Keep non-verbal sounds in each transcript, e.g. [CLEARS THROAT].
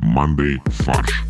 командой «Фарш».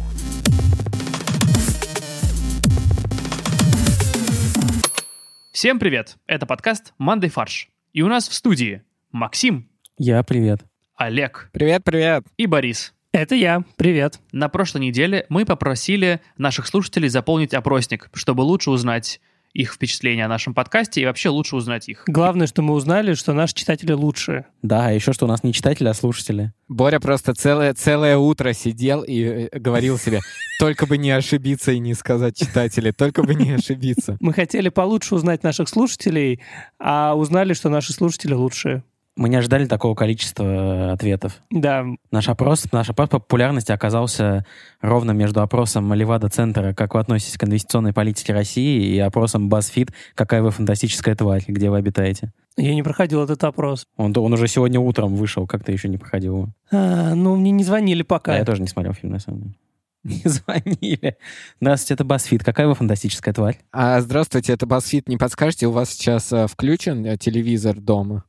Всем привет! Это подкаст «Мандай фарш». И у нас в студии Максим, Я привет. Олег Привет, привет. и Борис. Это я. Привет. На прошлой неделе мы попросили наших слушателей заполнить опросник, чтобы лучше узнать их впечатления о нашем подкасте и вообще лучше узнать их. Главное, что мы узнали, что наши читатели лучшие. Да, а еще что у нас не читатели, а слушатели. Боря просто целое, целое утро сидел и э, говорил себе, только бы не ошибиться и не сказать читателей, только бы не ошибиться. Мы хотели получше узнать наших слушателей, а узнали, что наши слушатели лучшие. Мы не ожидали такого количества э, ответов. Да, Наш опрос, наш опрос популярности оказался ровно между опросом Левада-центра «Как вы относитесь к инвестиционной политике России» и опросом BuzzFeed «Какая вы фантастическая тварь? Где вы обитаете?» я не проходил этот опрос. Он, он уже сегодня утром вышел, как-то еще не проходил его. А, ну, мне не звонили Да, пока. А я тоже не смотрел фильм, на самом деле. [LAUGHS] Не звонили. Здравствуйте, это BuzzFeed. Какая вы фантастическая тварь? А, здравствуйте, это BuzzFeed, не подскажете, у вас сейчас э, включен э, телевизор дома?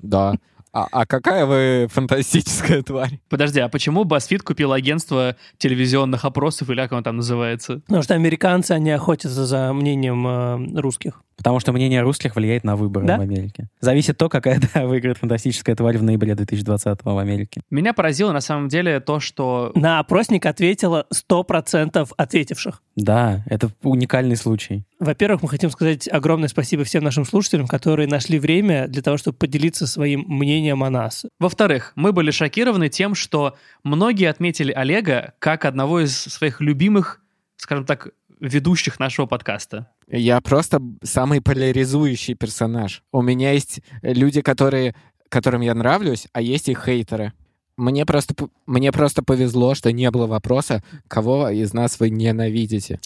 Да. А, а какая вы фантастическая тварь? Подожди, а почему BuzzFeed купил агентство телевизионных опросов, или как оно там называется? Потому что американцы, они охотятся за мнением э, русских. Потому что мнение русских влияет на выборы Да? в Америке. Зависит то, какая [LAUGHS] да, выиграет фантастическая тварь в ноябре 2020 в Америке. Меня поразило на самом деле то, что На опросник ответило 100% ответивших. Да, это уникальный случай. Во-первых, мы хотим сказать огромное спасибо всем нашим слушателям, которые нашли время для того, чтобы поделиться своим мнением о нас. Во-вторых, мы были шокированы тем, что многие отметили Олега как одного из своих любимых, скажем так, ведущих нашего подкаста. Я просто самый поляризующий персонаж. У меня есть люди, которые, которым я нравлюсь, а есть и хейтеры. Мне просто, п- мне просто повезло, что не было вопроса, кого из нас вы ненавидите.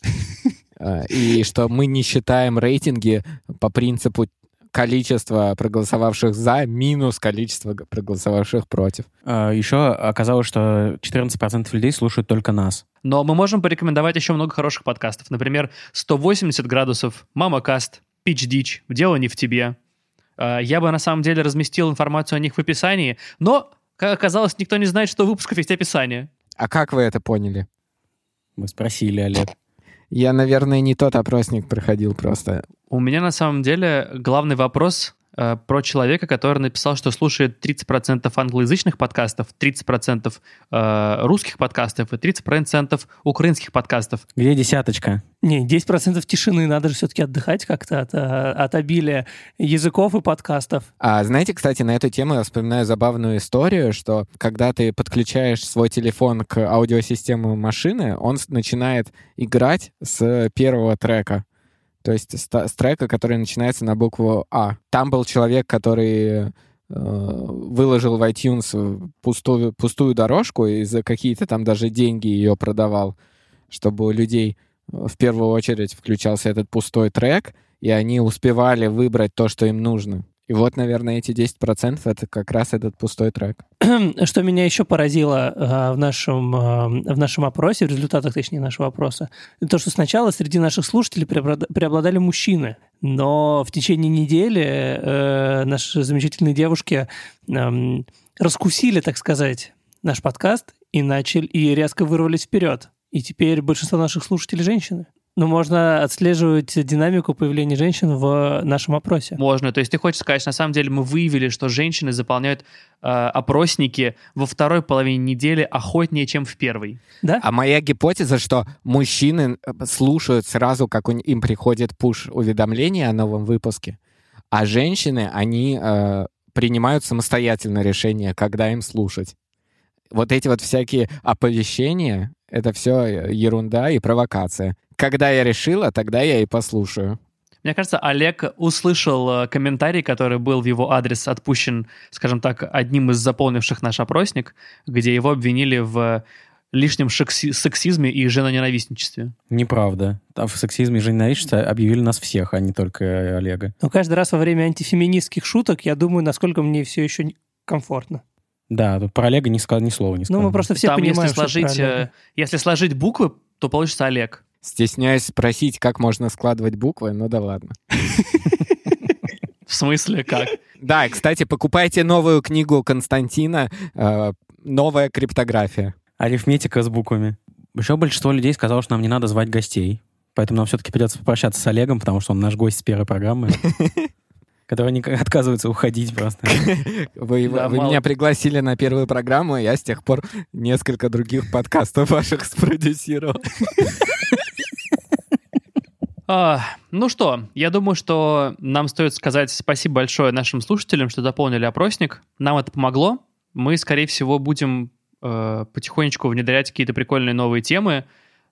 А, И что мы не считаем рейтинги по принципу количества проголосовавших за минус количество г- проголосовавших против. А, Еще оказалось, что 14% людей слушают только нас. Но мы можем порекомендовать еще много хороших подкастов. Например, 180 градусов, Мама Каст, Пич Дич, Дело не в тебе. Э, Я бы на самом деле разместил информацию о них в описании, но, как оказалось, никто не знает, что у выпусков есть описание. А как вы это поняли? Мы спросили, Олег. Я, наверное, не тот опросник проходил просто. У меня на самом деле главный вопрос э, про человека, который написал, что слушает 30% англоязычных подкастов, 30% э, русских подкастов и 30% украинских подкастов. Где десяточка? Не, 10% тишины, надо же все-таки отдыхать как-то от, э, от обилия языков и подкастов. А знаете, кстати, на эту тему я вспоминаю забавную историю, что когда ты подключаешь свой телефон к аудиосистеме машины, он с- начинает играть с первого трека. То есть с, та- с трека, который начинается на букву А. Там был человек, который э, выложил в iTunes пустую, пустую дорожку и за какие-то там даже деньги ее продавал, чтобы у людей э, в первую очередь включался этот пустой трек, и они успевали выбрать то, что им нужно. И вот, наверное, эти 10% — это как раз этот пустой трек. [CLEARS THROAT] Что меня еще поразило э, в нашем, э, в нашем опросе, в результатах, точнее, нашего опроса, то, что сначала среди наших слушателей преобрада- преобладали мужчины, но в течение недели э, наши замечательные девушки эм, раскусили, так сказать, наш подкаст и начали и резко вырвались вперед. И теперь большинство наших слушателей женщины. Но можно отслеживать динамику появления женщин в нашем опросе. Можно. То есть ты хочешь сказать, на самом деле мы выявили, что женщины заполняют э, опросники во второй половине недели охотнее, чем в первой. Да? А моя гипотеза, что мужчины э, слушают сразу, как у н- им приходит пуш-уведомление о новом выпуске, а женщины, они э, принимают самостоятельно решение, когда им слушать. Вот эти вот всякие оповещения — это все ерунда и провокация. Когда я решила, тогда я и послушаю. Мне кажется, Олег услышал э, комментарий, который был в его адрес отпущен, скажем так, одним из заполнивших наш опросник, где его обвинили в лишнем шекси- сексизме и женоненавистничестве. Неправда. А в сексизме и женоненавистничестве объявили нас всех, а не только э, Олега. Но каждый раз во время антифеминистских шуток я думаю, насколько мне все еще не- комфортно. Да, тут про Олега ни, ска- ни слова не сказано. Ну, мы просто все Там, понимаем, если что это сложить, правильно. э, если сложить буквы, то получится Олег. Стесняюсь спросить, как можно складывать буквы, но да ладно. В смысле как? Да, и, кстати, покупайте новую книгу Константина э, «Новая криптография». Арифметика с буквами. Еще большинство людей сказало, что нам не надо звать гостей. Поэтому нам все-таки придется попрощаться с Олегом, потому что он наш гость с первой [LAUGHS] программы, который не отказывается уходить просто. Вы, его- Да, вы мало- меня пригласили на первую программу, и я с тех пор несколько [LAUGHS] других подкастов ваших спродюсировал. А, ну что, я думаю, что нам стоит сказать спасибо большое нашим слушателям, что дополнили опросник. Нам это помогло. Мы, скорее всего, будем э, потихонечку внедрять какие-то прикольные новые темы,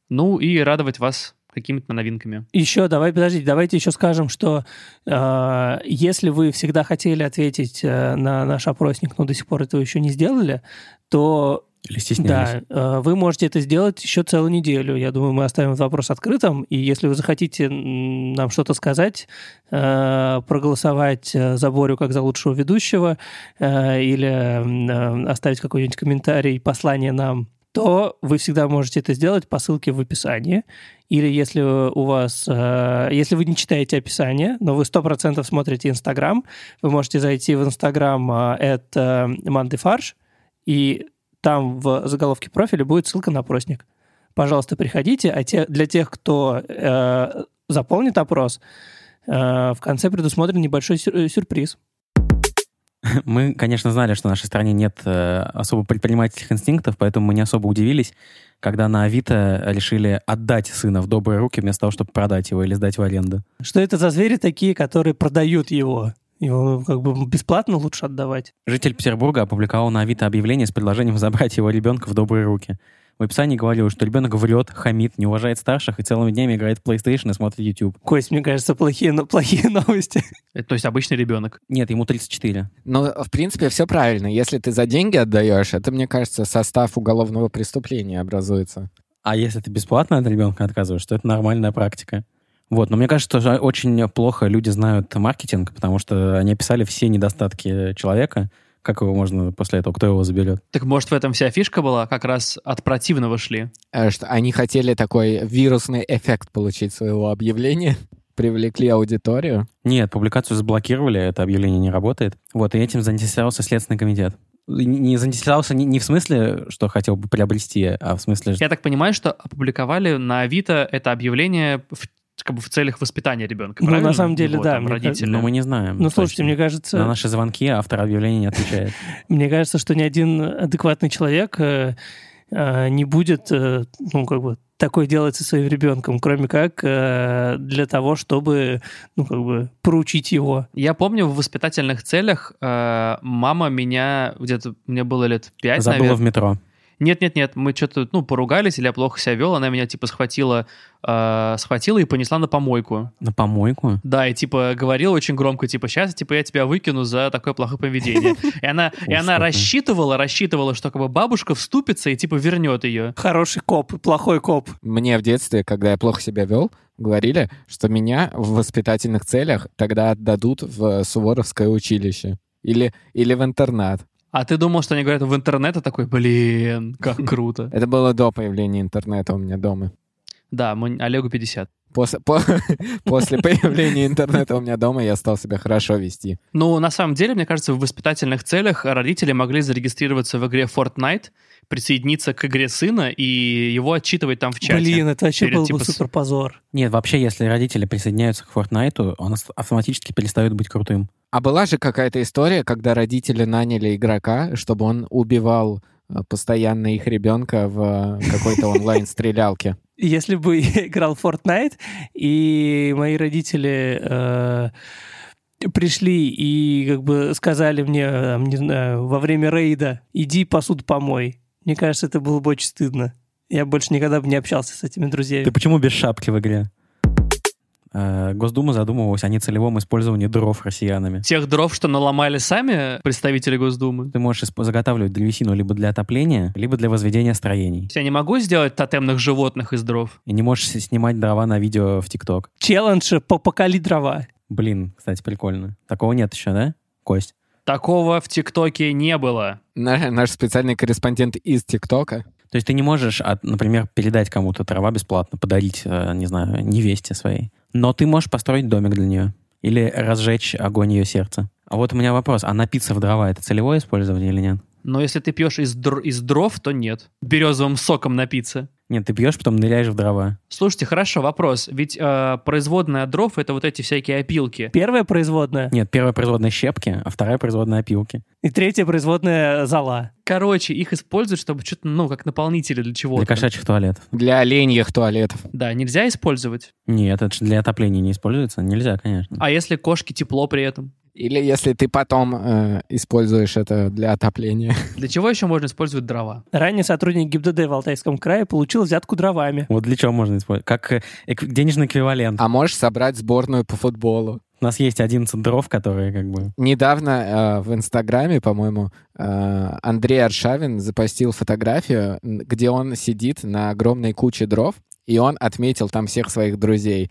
ну и радовать вас какими-то новинками. Еще давай, подождите, давайте еще скажем, что э, если вы всегда хотели ответить э, на наш опросник, но до сих пор этого еще не сделали, то Или стеснялись. Да, э, вы можете это сделать еще целую неделю. Я думаю, мы оставим этот вопрос открытым. И если вы захотите м, нам что-то сказать, э, проголосовать э, за Борю как за лучшего ведущего э, или м, э, оставить какой-нибудь комментарий, послание нам, то вы всегда можете это сделать по ссылке в описании. Или если у вас, э, если вы не читаете описание, но вы 100% смотрите Инстаграм, вы можете зайти в Инстаграм э, это Мандефарш, и там в заголовке профиля будет ссылка на опросник. Пожалуйста, приходите, а те, для тех, кто э, заполнит опрос, э, в конце предусмотрен небольшой сюр- э, сюрприз. Мы, конечно, знали, что в нашей стране нет э, особо предпринимательских инстинктов, поэтому мы не особо удивились, когда на Авито решили отдать сына в добрые руки вместо того, чтобы продать его или сдать в аренду. Что это за звери такие, которые продают его? Его как бы бесплатно лучше отдавать. Житель Петербурга опубликовал на Авито объявление с предложением забрать его ребенка в добрые руки. В описании говорилось, что ребенок врет, хамит, не уважает старших и целыми днями играет в PlayStation и смотрит YouTube. Кость, мне кажется, плохие, но плохие [LAUGHS] новости. Это, Э, то есть обычный ребенок. Нет, ему 34. Ну, в принципе, все правильно. Если ты за деньги отдаешь, это, мне кажется, состав уголовного преступления образуется. А если ты бесплатно от ребенка отказываешь, то это нормальная практика. Вот, но мне кажется, что очень плохо люди знают маркетинг, потому что они описали все недостатки человека, как его можно после этого, кто его заберет. Так может, в этом вся фишка была? Как раз от противного шли. Э, Что они хотели такой вирусный эффект получить своего объявления, [LAUGHS] привлекли аудиторию. Нет, публикацию заблокировали, это объявление не работает. Вот, и этим заинтересовался Следственный комитет. И Не заинтересовался не, не в смысле, что хотел бы приобрести, а в смысле... что- Я так понимаю, что опубликовали на Авито это объявление в, как бы в целях воспитания ребенка. Ну, на правильно? самом деле, Его да, там мне кажется. родители. Но мы не знаем. Ну, слушайте, точно. мне На кажется, наши звонки автор объявления не [LAUGHS] отвечает. мне кажется, что ни один адекватный человек э, э, не будет, э, ну, как бы, такое делать со своим ребенком, кроме как э, для того, чтобы, ну, как бы, проучить его. Я помню, в воспитательных целях э, мама меня где-то, мне было лет пять, Забыла в метро. Нет-нет-нет, мы что-то, ну, поругались, или я плохо себя вел, она меня, типа, схватила, э, схватила и понесла на помойку. На помойку? Да, и, типа, говорила очень громко, типа, сейчас, типа, я тебя выкину за такое плохое поведение. И [LAUGHS] она, и Ужас она какой. рассчитывала, рассчитывала, что, как бы, бабушка вступится и, типа, вернет ее. Хороший коп, плохой коп. Мне в детстве, когда я плохо себя вел, говорили, что меня в воспитательных целях тогда отдадут в Суворовское училище или, или в интернат. А ты думал, что они говорят в интернет, а такой, блин, [LAUGHS] как круто. Это было до появления интернета у меня дома. Да, мы- Олегу 50. После, по- [LAUGHS] после появления интернета у меня дома я стал себя хорошо вести. Ну, на самом деле, мне кажется, в воспитательных целях родители могли зарегистрироваться в игре Fortnite, присоединиться к игре сына и его отчитывать там в чате. Блин, это вообще Перед, был типа, бы с- супер позор. Нет, вообще, если родители присоединяются к Fortnite, он ас- автоматически перестает быть крутым. А была же какая-то история, когда родители наняли игрока, чтобы он убивал э, постоянно их ребенка в э, какой-то онлайн-стрелялке. Если бы [LAUGHS] я играл в Fortnite, и мои родители э, пришли и как бы сказали мне, там, не знаю, во время рейда, иди посуду помой. Мне кажется, это было бы очень стыдно. Я больше никогда бы не общался с этими друзьями. Ты почему без шапки в игре? Э, Госдума задумывалась о нецелевом использовании дров россиянами. Тех дров, что наломали сами представители Госдумы. Ты можешь исп- заготавливать древесину либо для отопления, либо для возведения строений. Я не могу сделать тотемных животных из дров. И не можешь с- снимать дрова на видео в ТикТок. Челлендж по покали дрова. Блин, кстати, прикольно. Такого нет еще, да, Кость? Такого в ТикТоке не было. На- Наш специальный корреспондент из ТикТока. То есть ты не можешь, от- например, передать кому-то дрова бесплатно, подарить, э, не знаю, невесте своей. Но ты можешь построить домик для нее. Или разжечь огонь ее сердца. А вот у меня вопрос, а напиться в дрова — это целевое использование или нет? Но если ты пьешь из, др- из дров, то нет. Березовым соком напиться. Нет, ты пьешь, потом ныряешь в дрова. Слушайте, хорошо, вопрос. Ведь э, производная от дров — это вот эти всякие опилки. Первая производная Нет, первая производная щепки, а вторая производная опилки. и третья производная зала. Короче, их используют, чтобы что-то, ну, как наполнители для чего-то. Для кошачьих туалетов. Для оленьих туалетов. Да, нельзя использовать. Нет, это же для отопления не используется. Нельзя, конечно. А если кошке тепло при этом? Или если ты потом э, используешь это для отопления. [LAUGHS] Для чего еще можно использовать дрова? Ранее сотрудник ГИБДД в Алтайском крае получил взятку дровами. Вот для чего можно использовать? Как э, эк- денежный эквивалент. А можешь собрать сборную по футболу. У нас есть 11 дров, которые как бы... Недавно э, в Инстаграме, по-моему, э, Андрей Аршавин запостил фотографию, н- где он сидит на огромной куче дров, и он отметил там всех своих друзей.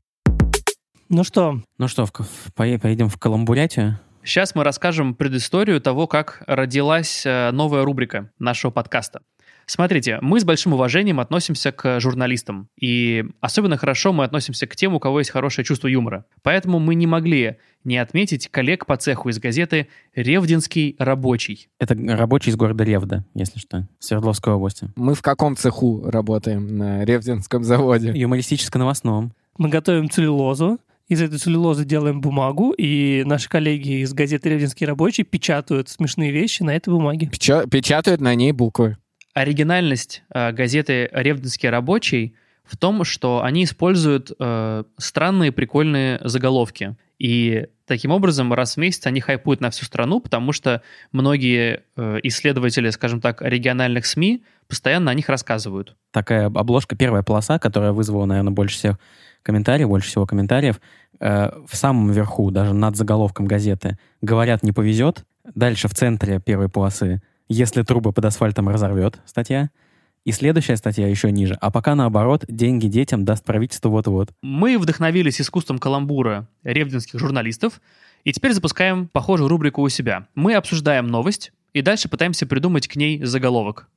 Ну что, Ну что, в к- в- пое- поедем в Каламбурятию? Сейчас мы расскажем предысторию того, как родилась э, новая рубрика нашего подкаста. Смотрите, мы с большим уважением относимся к журналистам, и особенно хорошо мы относимся к тем, у кого есть хорошее чувство юмора. Поэтому мы не могли не отметить коллег по цеху из газеты «Ревдинский рабочий». Это рабочий из города Ревда, если что, Свердловской области. Мы в каком цеху работаем на Ревдинском заводе? Юмористическо-новостном. мы готовим целлюлозу, из этой целлюлозы делаем бумагу, и наши коллеги из газеты «Ревдинский рабочий» печатают смешные вещи на этой бумаге. Печа- печатают на ней буквы. Оригинальность э, газеты «Ревдинский рабочий» в том, что они используют э, странные прикольные заголовки. И таким образом раз в месяц они хайпуют на всю страну, потому что многие э, исследователи, скажем так, региональных СМИ постоянно о них рассказывают. такая обложка, первая полоса, которая вызвала, наверное, больше всех комментариев, больше всего комментариев, э, в самом верху, даже над заголовком газеты, говорят, не повезет. Дальше в центре первой полосы, если труба под асфальтом разорвет, статья. И следующая статья еще ниже. А пока наоборот, деньги детям даст правительство вот-вот. Мы вдохновились искусством каламбура ревдинских журналистов и теперь запускаем похожую рубрику у себя. Мы обсуждаем новость и дальше пытаемся придумать к ней заголовок.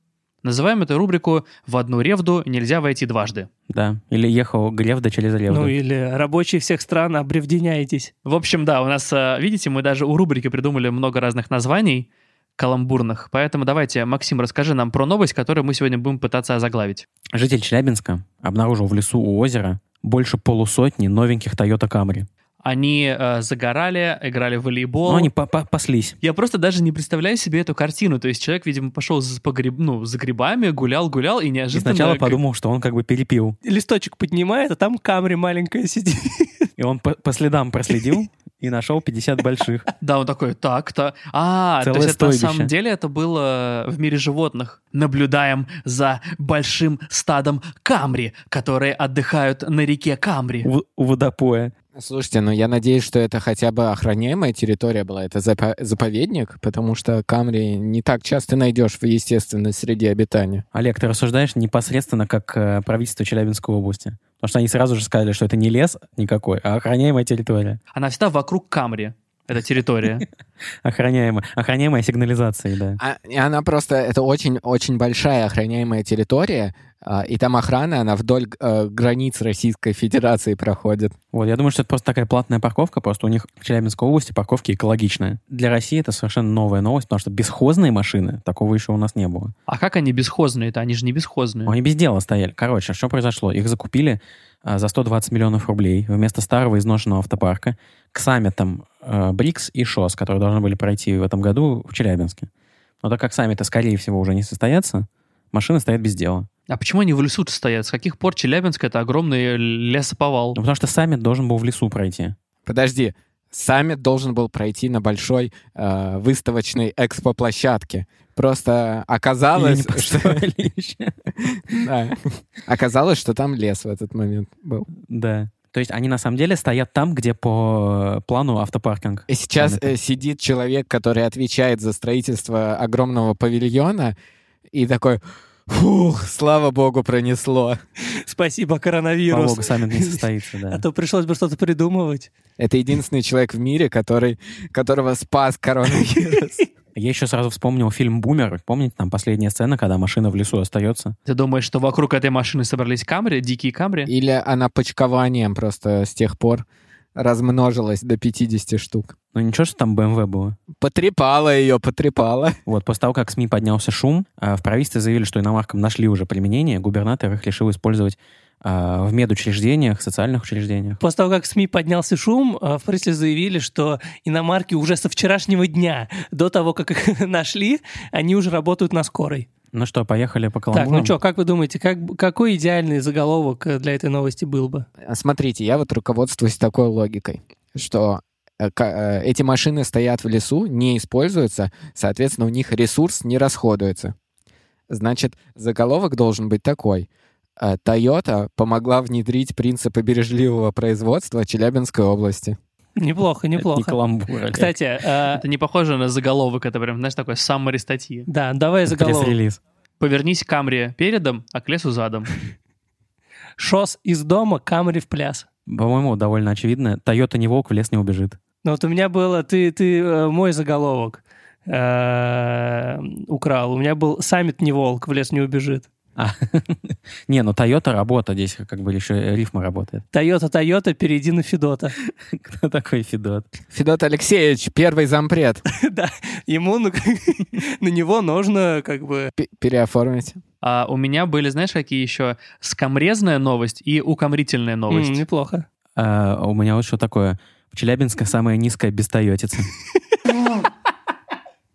Называем эту рубрику «В одну ревду нельзя войти дважды». Да. Или ехал Гревда через Ревду. Ну или рабочие всех стран, обревденяйтесь. В общем, да, у нас, э, видите, мы даже у рубрики придумали много разных названий каламбурных. Поэтому давайте, Максим, расскажи нам про новость, которую мы сегодня будем пытаться озаглавить. Житель Челябинска обнаружил в лесу у озера больше полусотни новеньких Toyota Camry. Они э, загорали, играли в волейбол. Но Ну, они по- по- паслись. Я просто даже не представляю себе эту картину. То есть человек, видимо, пошел за, по гриб- ну, за грибами, гулял, гулял, и И неожиданно... сначала к- подумал, что он как бы перепил. Листочек поднимает, а там камри маленькая сидит. [LAUGHS] И он по, по следам проследил и нашел 50 больших. Да, он такой, так-то... А, Целое то есть это на стойбище. самом деле это было в мире животных. Наблюдаем за большим стадом камри, которые отдыхают на реке Камри. У, у водопоя. Слушайте, ну я надеюсь, что это хотя бы охраняемая территория была, это запо- заповедник, потому что камри не так часто найдешь в естественной среде обитания. Олег, ты рассуждаешь непосредственно как э, правительство Челябинской области. Потому что они сразу же сказали, что это не лес никакой, а охраняемая территория. Она всегда вокруг Камри, эта территория. Охраняемая, охраняемая сигнализацией, да. А- и она просто, это очень-очень большая охраняемая территория, а, и там охрана, она вдоль э, границ Российской Федерации проходит. Вот, я думаю, что это просто такая платная парковка, просто у них в Челябинской области парковки экологичные. Для России это совершенно новая новость, потому что бесхозные машины, такого еще у нас не было. А как они бесхозные-то? Они же не бесхозные. Они без дела стояли. Короче, что произошло? Их закупили а, за 120 миллионов рублей вместо старого изношенного автопарка к саммитам а, БРИКС и ШОС, которые должны были пройти в этом году в Челябинске. Но так как саммиты, скорее всего, уже не состоятся, машины стоят без дела. А почему они в лесу стоят? С каких пор Челябинск — это огромный лесоповал? Ну, потому что саммит должен был в лесу пройти. Подожди, саммит должен был пройти на большой э, выставочной экспоплощадке. Просто Или оказалось, не что, построили [LAUGHS] еще. [LAUGHS] да. оказалось, что там лес в этот момент был. Да. То есть они на самом деле стоят там, где по э, плану автопаркинг. И сейчас Понятно. э, сидит человек, который отвечает за строительство огромного павильона, и такой, фух, слава богу, пронесло. Спасибо, коронавирус. Полога саммит [LAUGHS] не состоится, да. А то пришлось бы что-то придумывать. Это единственный человек в мире, который, которого спас коронавирус. Я еще сразу вспомнил фильм «Бумер». Помните, там последняя сцена, когда машина в лесу остается? Ты думаешь, что вокруг этой машины собрались камри, дикие камри? Или она почкованием просто с тех пор э, размножилась до 50 штук. Ну ничего, что там BMW было. Потрепала ее, потрепала. Вот после того, как СМИ поднялся шум, а, в правительстве заявили, что иномаркам нашли уже применение, губернатор их решил использовать а, в медучреждениях, социальных учреждениях. После того, как СМИ поднялся шум, э, в прессе заявили, что иномарки уже со вчерашнего дня, до того, как их [LAUGHS] нашли, они уже работают на скорой. Ну что, поехали по так, каламбурам? ну что, как вы думаете, как, б- какой идеальный заголовок э, для этой новости был бы? А Смотрите, я вот руководствуюсь такой логикой, что э, ка- э, эти машины стоят в лесу, не используются, соответственно, у них ресурс не расходуется. Значит, заголовок должен быть такой. Э, Toyota помогла внедрить принципы бережливого производства Челябинской области. Неплохо, Это не неплохо. каламбур, Олег. Кстати, э, Это не похоже на заголовок, это прям, знаешь, такой summary статьи. да, давай Это заголовок. пресс-релиз. Повернись к Камри передом, а к лесу задом. Шос из дома, Камри в пляс. По-моему, довольно очевидно. Тойота не волк, в лес не убежит. Ну вот у меня было, ты, ты э, мой заголовок э, украл. У меня был «Саммит не волк, в лес не убежит». А, не, ну Тойота работа здесь, как бы еще рифма работает. [LAUGHS] Тойота, Тойота, перейди на Федота. Кто такой Федот? Федот Алексеевич, первый зампред. Да, ему, ну, на [LAUGHS] него нужно как бы... П- Переоформить. А у меня были, знаешь, какие еще? Скомрезная новость и укомрительная новость. М, неплохо. А, у меня вот что такое. В Челябинске самая низкая без Тойотицы.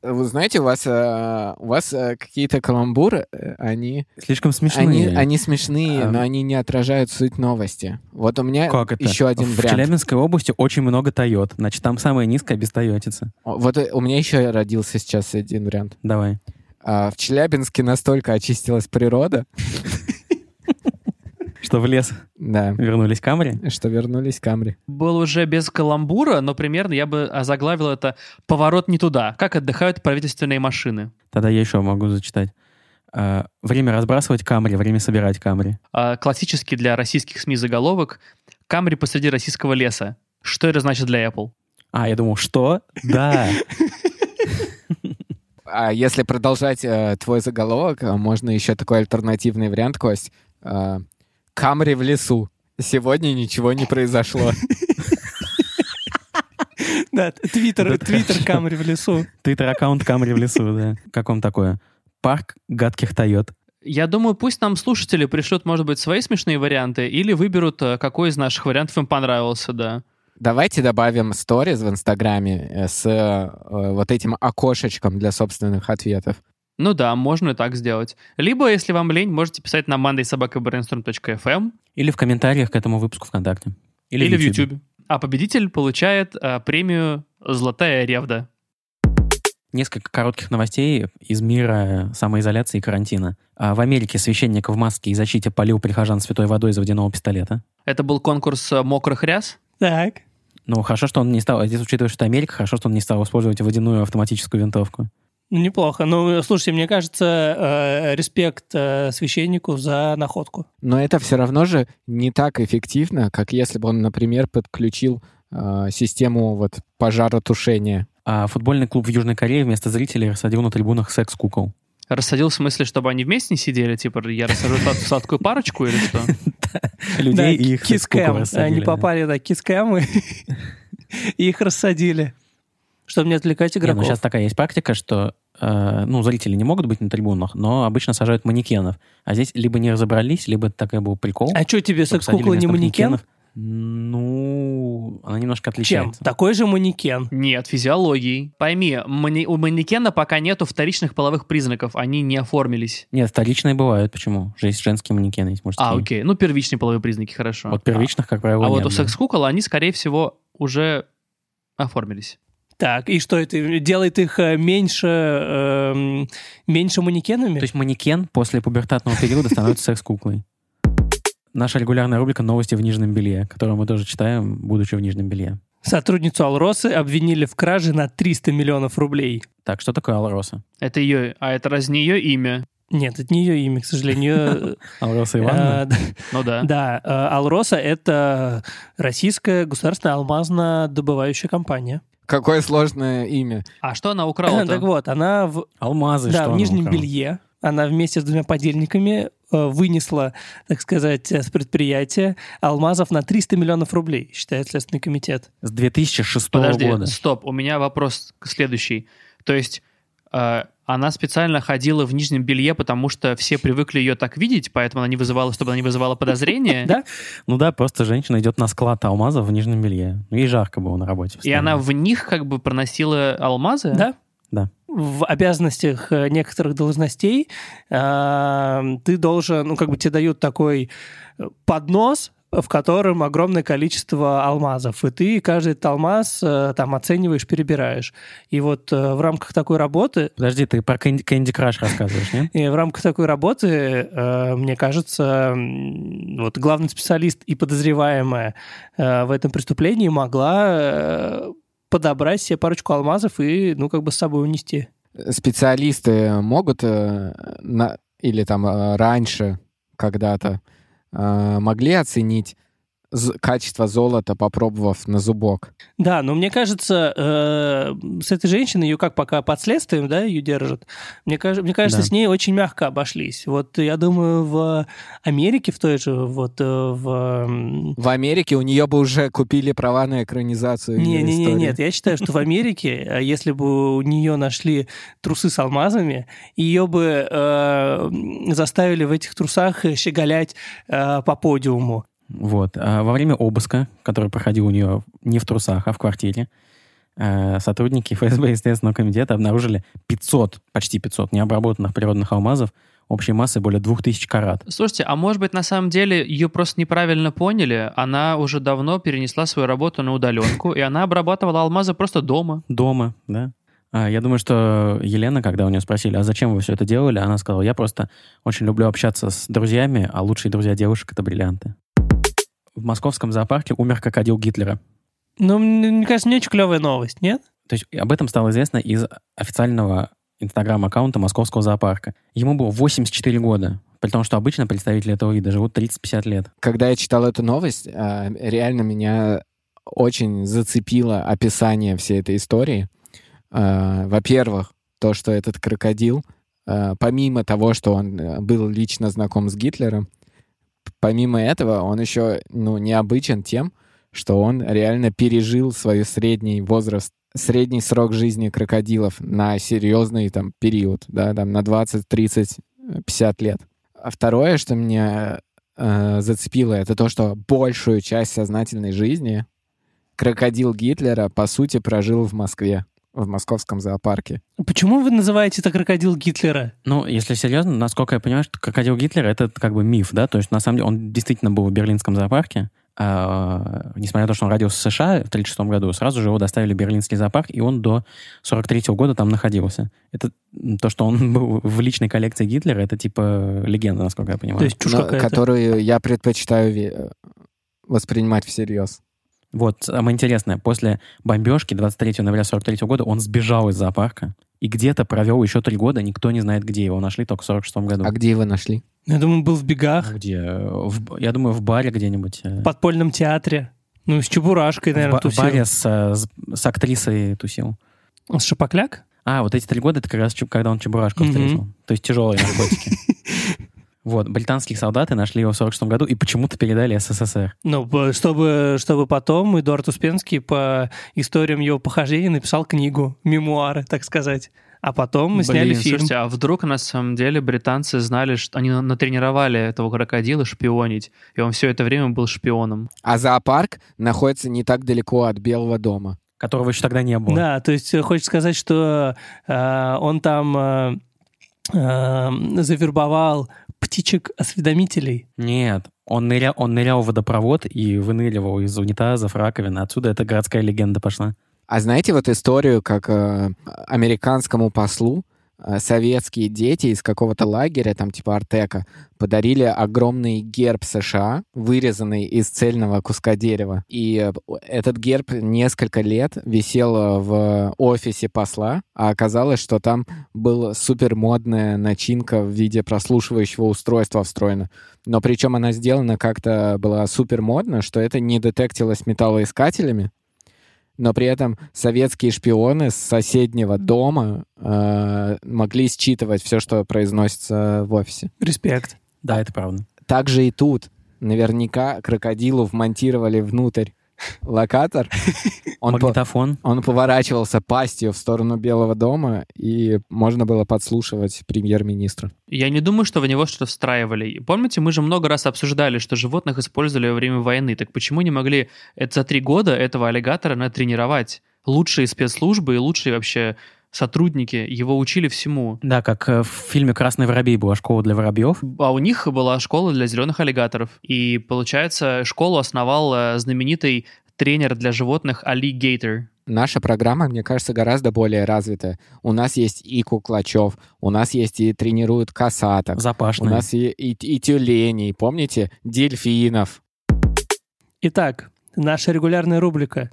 Вы знаете, у вас, э, у вас э, какие-то каламбуры, э, они, Слишком они, смешные. они смешные, А. но они не отражают суть новости. Вот у меня Как это? еще один в вариант. Челябинской области очень много Тойот. Значит, там самая низкая без Тойотицы. О, Вот э, у меня еще родился сейчас один вариант. Давай. А, В Челябинске настолько очистилась природа, Что в лес да, вернулись камри? что вернулись камри. Был уже без каламбура, но примерно я бы озаглавил это «Поворот не туда. Как отдыхают правительственные машины». Тогда я еще могу зачитать. А, Время разбрасывать камри, время собирать камри. А, Классический для российских СМИ заголовок «Камри посреди российского леса». Что это значит для Apple? А, я думал, что? Да. А если продолжать э, твой заголовок, э, можно еще такой альтернативный вариант, Кость. Э, камри в лесу. Сегодня ничего [LAUGHS] не произошло. Да, твиттер, Это твиттер хорошо. Камри в лесу. Твиттер-аккаунт камри в лесу, да. Как вам такое? Парк гадких Тойот. Я думаю, пусть нам слушатели пришлют, может быть, свои смешные варианты или выберут, э, какой из наших вариантов им понравился, да. Давайте добавим сториз в Инстаграме э, с э, вот этим окошечком для собственных ответов. Ну да, можно и так сделать. Либо, если вам лень, можете писать на mandaysobakabrainstorm.fm Или в комментариях к этому выпуску ВКонтакте. эм или, в YouTube. А победитель получает э, премию «Золотая ревда». Несколько коротких новостей из мира э, самоизоляции и карантина. А В Америке священник в маске и защите полил прихожан святой водой из водяного пистолета. Это был конкурс э, мокрых ряс. Так. Ну, хорошо, что он не стал... Здесь, учитывая, что это Америка, хорошо, что он не стал использовать водяную автоматическую винтовку. Ну, Неплохо. Ну, слушайте, мне кажется, э, респект э, священнику за находку. Но это все равно же не так эффективно, как если бы он, например, подключил э, систему вот пожаротушения. А футбольный клуб в Южной Корее вместо зрителей рассадил на трибунах [LAUGHS] секс-кукол. Рассадил в смысле, чтобы они вместе не сидели, типа я рассажу сад- сладкую парочку или что? Людей Да, и их секс-кукол кискэм. рассадили, Они да. попали, да, кискэм, и [LAUGHS] и их рассадили. Чтобы не отвлекать Не, ну, игроков. сейчас такая есть практика, что э, ну, зрители не могут быть на трибунах, но обычно сажают манекенов. А здесь либо не разобрались, либо это такой был прикол. А что тебе чтобы секс-кукла садили не вместо манекен? манекенов. Ну, она немножко Чем? отличается. Такой же манекен. Нет, физиологией. Пойми, мани- у манекена пока нету вторичных половых признаков, они не оформились. Нет, вторичные бывают. Почему? Же есть женские манекены, есть мужские. А, окей, ну первичные половые признаки, хорошо. Вот первичных, как правило, А не вот у было. секс-кукол они, скорее всего, уже оформились. Так, и что это делает их э, меньше, эм, меньше манекенами? То есть манекен после пубертатного периода становится секс-куклой. Наша регулярная рубрика «Новости в нижнем белье», которую мы тоже читаем, будучи в нижнем белье. Сотрудницу Алросы обвинили в краже на 300 миллионов рублей. Так, что такое Алроса? Это ее, а это раз не ее имя. Нет, это не ее имя, [LAUGHS] к сожалению. Алроса Э, Ивановна? э, Ну да. Да, э, Алроса — это российская государственная [LAUGHS] алмазно-добывающая компания. Какое сложное имя. А что она [CLEARS THROAT] украла Так вот, она в Алмазы, да, что в она нижнем украла? белье, она вместе с двумя подельниками э, э, вынесла, так сказать, э, с предприятия алмазов на 300 миллионов рублей, считает Следственный комитет. С 2006 Подожди, года. стоп, у меня вопрос к- следующий. То есть э, она специально ходила в нижнем белье, потому что все привыкли ее так видеть, поэтому она не вызывала, чтобы она не вызывала подозрения. Да. Ну да, просто женщина идет на склад алмазов в Нижнем белье. Ну, Ей жарко было на И работе. постоянно. она в них как бы проносила алмазы? Да? Да. В обязанностях э, некоторых должностей э, ты должен, ну, как бы тебе дают такой э, поднос, в котором огромное количество алмазов. И ты каждый этот алмаз э, там оцениваешь, перебираешь. И вот э, в рамках такой работы Подожди, ты про Кэнди, Кэнди Краш рассказываешь, нет? и в рамках такой работы, э, мне кажется, м, вот главный специалист и подозреваемая э, в этом преступлении могла э, подобрать себе парочку алмазов и, ну, как бы с собой унести. специалисты могут э, на, или там э, раньше когда-то э, могли оценить з- качество золота, попробовав на зубок. Да, но мне кажется, э, с этой женщиной ее как пока под следствием, да, ее держат. Мне, каж- мне кажется, Да. с ней очень мягко обошлись. Вот я думаю, в Америке в той же, вот э, в... м, В Америке у нее бы уже купили права на экранизацию. Не, её не, не, истории. нет, я считаю, что в Америке, э, если бы у нее нашли трусы с алмазами, ее бы э, заставили в этих трусах щеголять э, по подиуму. Вот. А во время обыска, который проходил у нее не в трусах, а в квартире, э, сотрудники ФСБ и Следственного комитета обнаружили 500, почти 500 необработанных природных алмазов общей массой более 2000 карат. Слушайте, а может быть на самом деле ее просто неправильно поняли? Она уже давно перенесла свою работу на удаленку, и она обрабатывала алмазы просто дома. Дома, да? А, Я думаю, что Елена, когда у нее спросили, а зачем вы все это делали, она сказала, я просто очень люблю общаться с друзьями, а лучшие друзья девушек — это бриллианты. В московском зоопарке умер крокодил Гитлера. Ну, м- мне кажется, не очень клевая новость, нет? То есть об этом стало известно из официального инстаграм-аккаунта московского зоопарка. Ему было 84 года, при том, что обычно представители этого вида живут 30-50 лет. Когда я читал эту новость, э, реально меня очень зацепило описание всей этой истории. Э, Во-первых, то, что этот крокодил, э, помимо того, что он э, был лично знаком с Гитлером, п- помимо этого, он еще ну, необычен тем, что он реально пережил свой средний возраст, средний срок жизни крокодилов на серьезный там, период, да, там, на 20, 30, э, 50 лет. А второе, что меня э, зацепило, это то, что большую часть сознательной жизни крокодил Гитлера, по сути, прожил в Москве, в московском зоопарке. Почему вы называете это крокодил Гитлера? Ну, если серьезно, насколько я понимаю, что крокодил Гитлера — это как бы миф, да? То есть, на самом деле, он действительно был в Берлинском зоопарке, а, несмотря на то, что он родился в США в 1936 году, сразу же его доставили в Берлинский зоопарк, и он до 1943 года там находился. Это м, то, что он [LAUGHS] был в личной коллекции Гитлера, это типа легенда, насколько я понимаю. То есть чушь но какая-то. которую я предпочитаю ве- э, воспринимать всерьез. Вот, самое интересное, после бомбежки 23 ноября 43 года он сбежал из зоопарка и где-то провел еще три года, никто не знает, где его нашли, только в 46 году. Ну. А где его нашли? Я думаю, был в Ну, бегах, Где? Э, в б- я думаю, в баре где-нибудь. э, в подпольном театре. Ну, с Чебурашкой, в, наверное, ба- тусил. баре с, э, с- с актрисой тусил. С Шапокляк? А, вот эти три года, это как раз чу- когда он Чебурашку Мгм. встретил. То есть тяжелые наркотики. [LAUGHS] Вот, британских солдаты нашли его в 46 году и почему-то передали СССР. Ну, б- чтобы, чтобы потом Эдуард Успенский по историям его похождения написал книгу, мемуары, так сказать. А потом мы сняли Блин, фильм. Слушайте, а вдруг на самом деле британцы знали, что они на- натренировали этого крокодила шпионить, и он все это время был шпионом. А зоопарк находится не так далеко от Белого дома. Которого еще тогда не было. Да, то есть э, хочется сказать, что э, он там э, э, завербовал птичек-осведомителей. Нет, он нырял, он нырял в водопровод и выныривал из унитазов, раковин. Отсюда эта городская легенда пошла. А знаете вот историю, как э, американскому послу э, советские дети из какого-то лагеря, там типа Артека, подарили огромный герб США, вырезанный из цельного куска дерева. И э, этот герб несколько лет висел э, в офисе посла, а оказалось, что там была супермодная начинка в виде прослушивающего устройства встроена. Но причем она сделана как-то была супермодно, что это не детектилось металлоискателями, но при этом советские шпионы с соседнего дома э, могли считывать все, что произносится в офисе. Респект. Да, это правда. Также и тут. Наверняка крокодилу вмонтировали внутрь [LAUGHS] локатор. Он, по- Магнитофон. он поворачивался пастью в сторону Белого дома, и можно было подслушивать премьер-министра. Я не думаю, что в него что-то встраивали. И Помните, мы же много раз обсуждали, что животных использовали во время войны. Так почему не могли это за три года этого аллигатора натренировать? Лучшие спецслужбы и лучшие вообще сотрудники его учили всему. Да, как э, в фильме «Красный воробей» была школа для воробьев. А у них была школа для зеленых аллигаторов. И, получается, школу основал э, знаменитый тренер для животных Али Гейтер. Наша программа, мне кажется, гораздо более развитая. У нас есть и куклачев, у нас есть и тренируют касаток, у Запашная. нас и, и, и тюленей, помните? Дельфинов. Итак, наша регулярная рубрика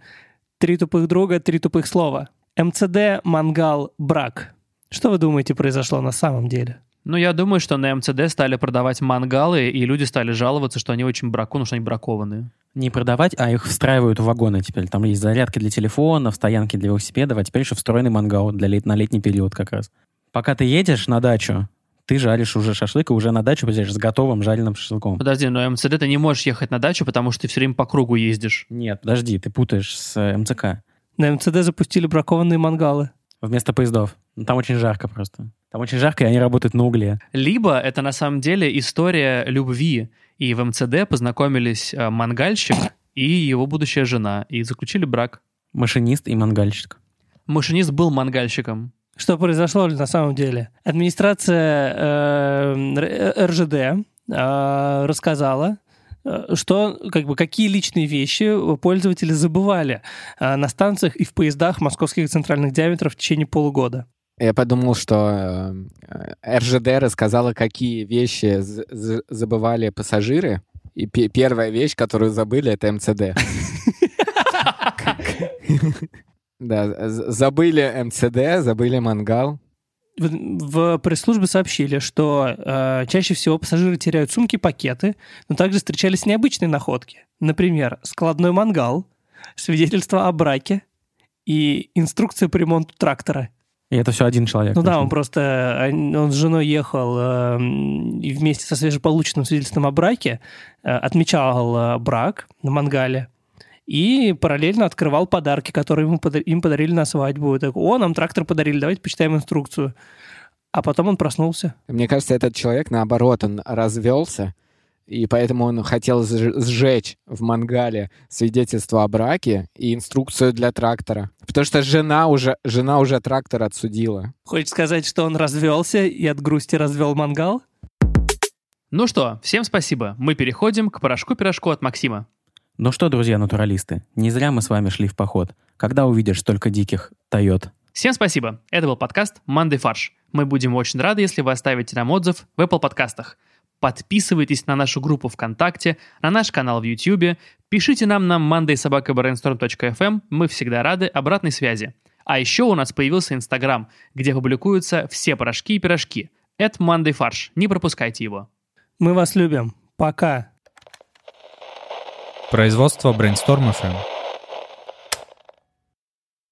«Три тупых друга, три тупых слова». МЦД, мангал, брак. Что вы думаете произошло на самом деле? Ну, я думаю, что на МЦД стали продавать мангалы, и люди стали жаловаться, что они очень бракованные, что они бракованные. Не продавать, а их встраивают в вагоны теперь. Там есть зарядки для телефонов, стоянки для велосипедов, а теперь еще встроенный мангал для лет, на летний период как раз. Пока ты едешь на дачу, ты жаришь уже шашлык, и уже на дачу приезжаешь с готовым жареным шашлыком. Подожди, но МЦД ты не можешь ехать на дачу, потому что ты все время по кругу ездишь. Нет, подожди, ты путаешь с э, МЦК. На МЦД запустили бракованные мангалы. Вместо поездов. Ну, Там очень жарко просто. Там очень жарко, и они работают на угле. Либо это на самом деле история любви, и в МЦД познакомились э, мангальщик и его будущая жена, и заключили брак. Машинист и мангальщик. Машинист был мангальщиком. Что произошло на самом деле? Администрация э, Р- РЖД э, рассказала, э, что, как бы, какие личные вещи пользователи забывали э, на станциях и в поездах московских центральных диаметров в течение полугода. Я подумал, что э, э, РЖД рассказала, какие вещи з- з- забывали пассажиры. И пе- первая вещь, которую забыли, это МЦД. Да, з- забыли МЦД, забыли мангал. В, в пресс-службе сообщили, что э, чаще всего пассажиры теряют сумки и пакеты, но также встречались необычные находки. Например, складной мангал, свидетельство о браке и инструкция по ремонту трактора. И это все один человек. Ну да, Очень. он просто э, он с женой ехал э, и вместе со свежеполученным свидетельством о браке э, отмечал э, брак на мангале и параллельно открывал подарки, которые ему пода- им подарили на свадьбу. И Так, О, нам трактор подарили, давайте почитаем инструкцию. А потом он проснулся. Мне кажется, этот человек, наоборот, он развелся, и поэтому он хотел сж- сжечь в мангале свидетельство о браке и инструкцию для трактора. Потому что жена уже, жена уже трактор отсудила. Хочешь сказать, что он развелся и от грусти развел мангал? Ну что, всем спасибо. Мы переходим к порошку-пирожку от Максима. Ну что, друзья натуралисты, не зря мы с вами шли в поход. Когда увидишь столько диких Тойот? Всем спасибо. Это был подкаст «Манды фарш». Мы будем очень рады, если вы оставите нам отзыв в Apple подкастах. Подписывайтесь на нашу группу ВКонтакте, на наш канал в YouTube, пишите нам на mondaysobakabrainstorm.fm, эм. мы всегда рады обратной связи. А еще у нас появился Инстаграм, где публикуются все порошки и пирожки. Это «Манды фарш», не пропускайте его. Мы вас любим. Пока. Производство Brainstorm FM.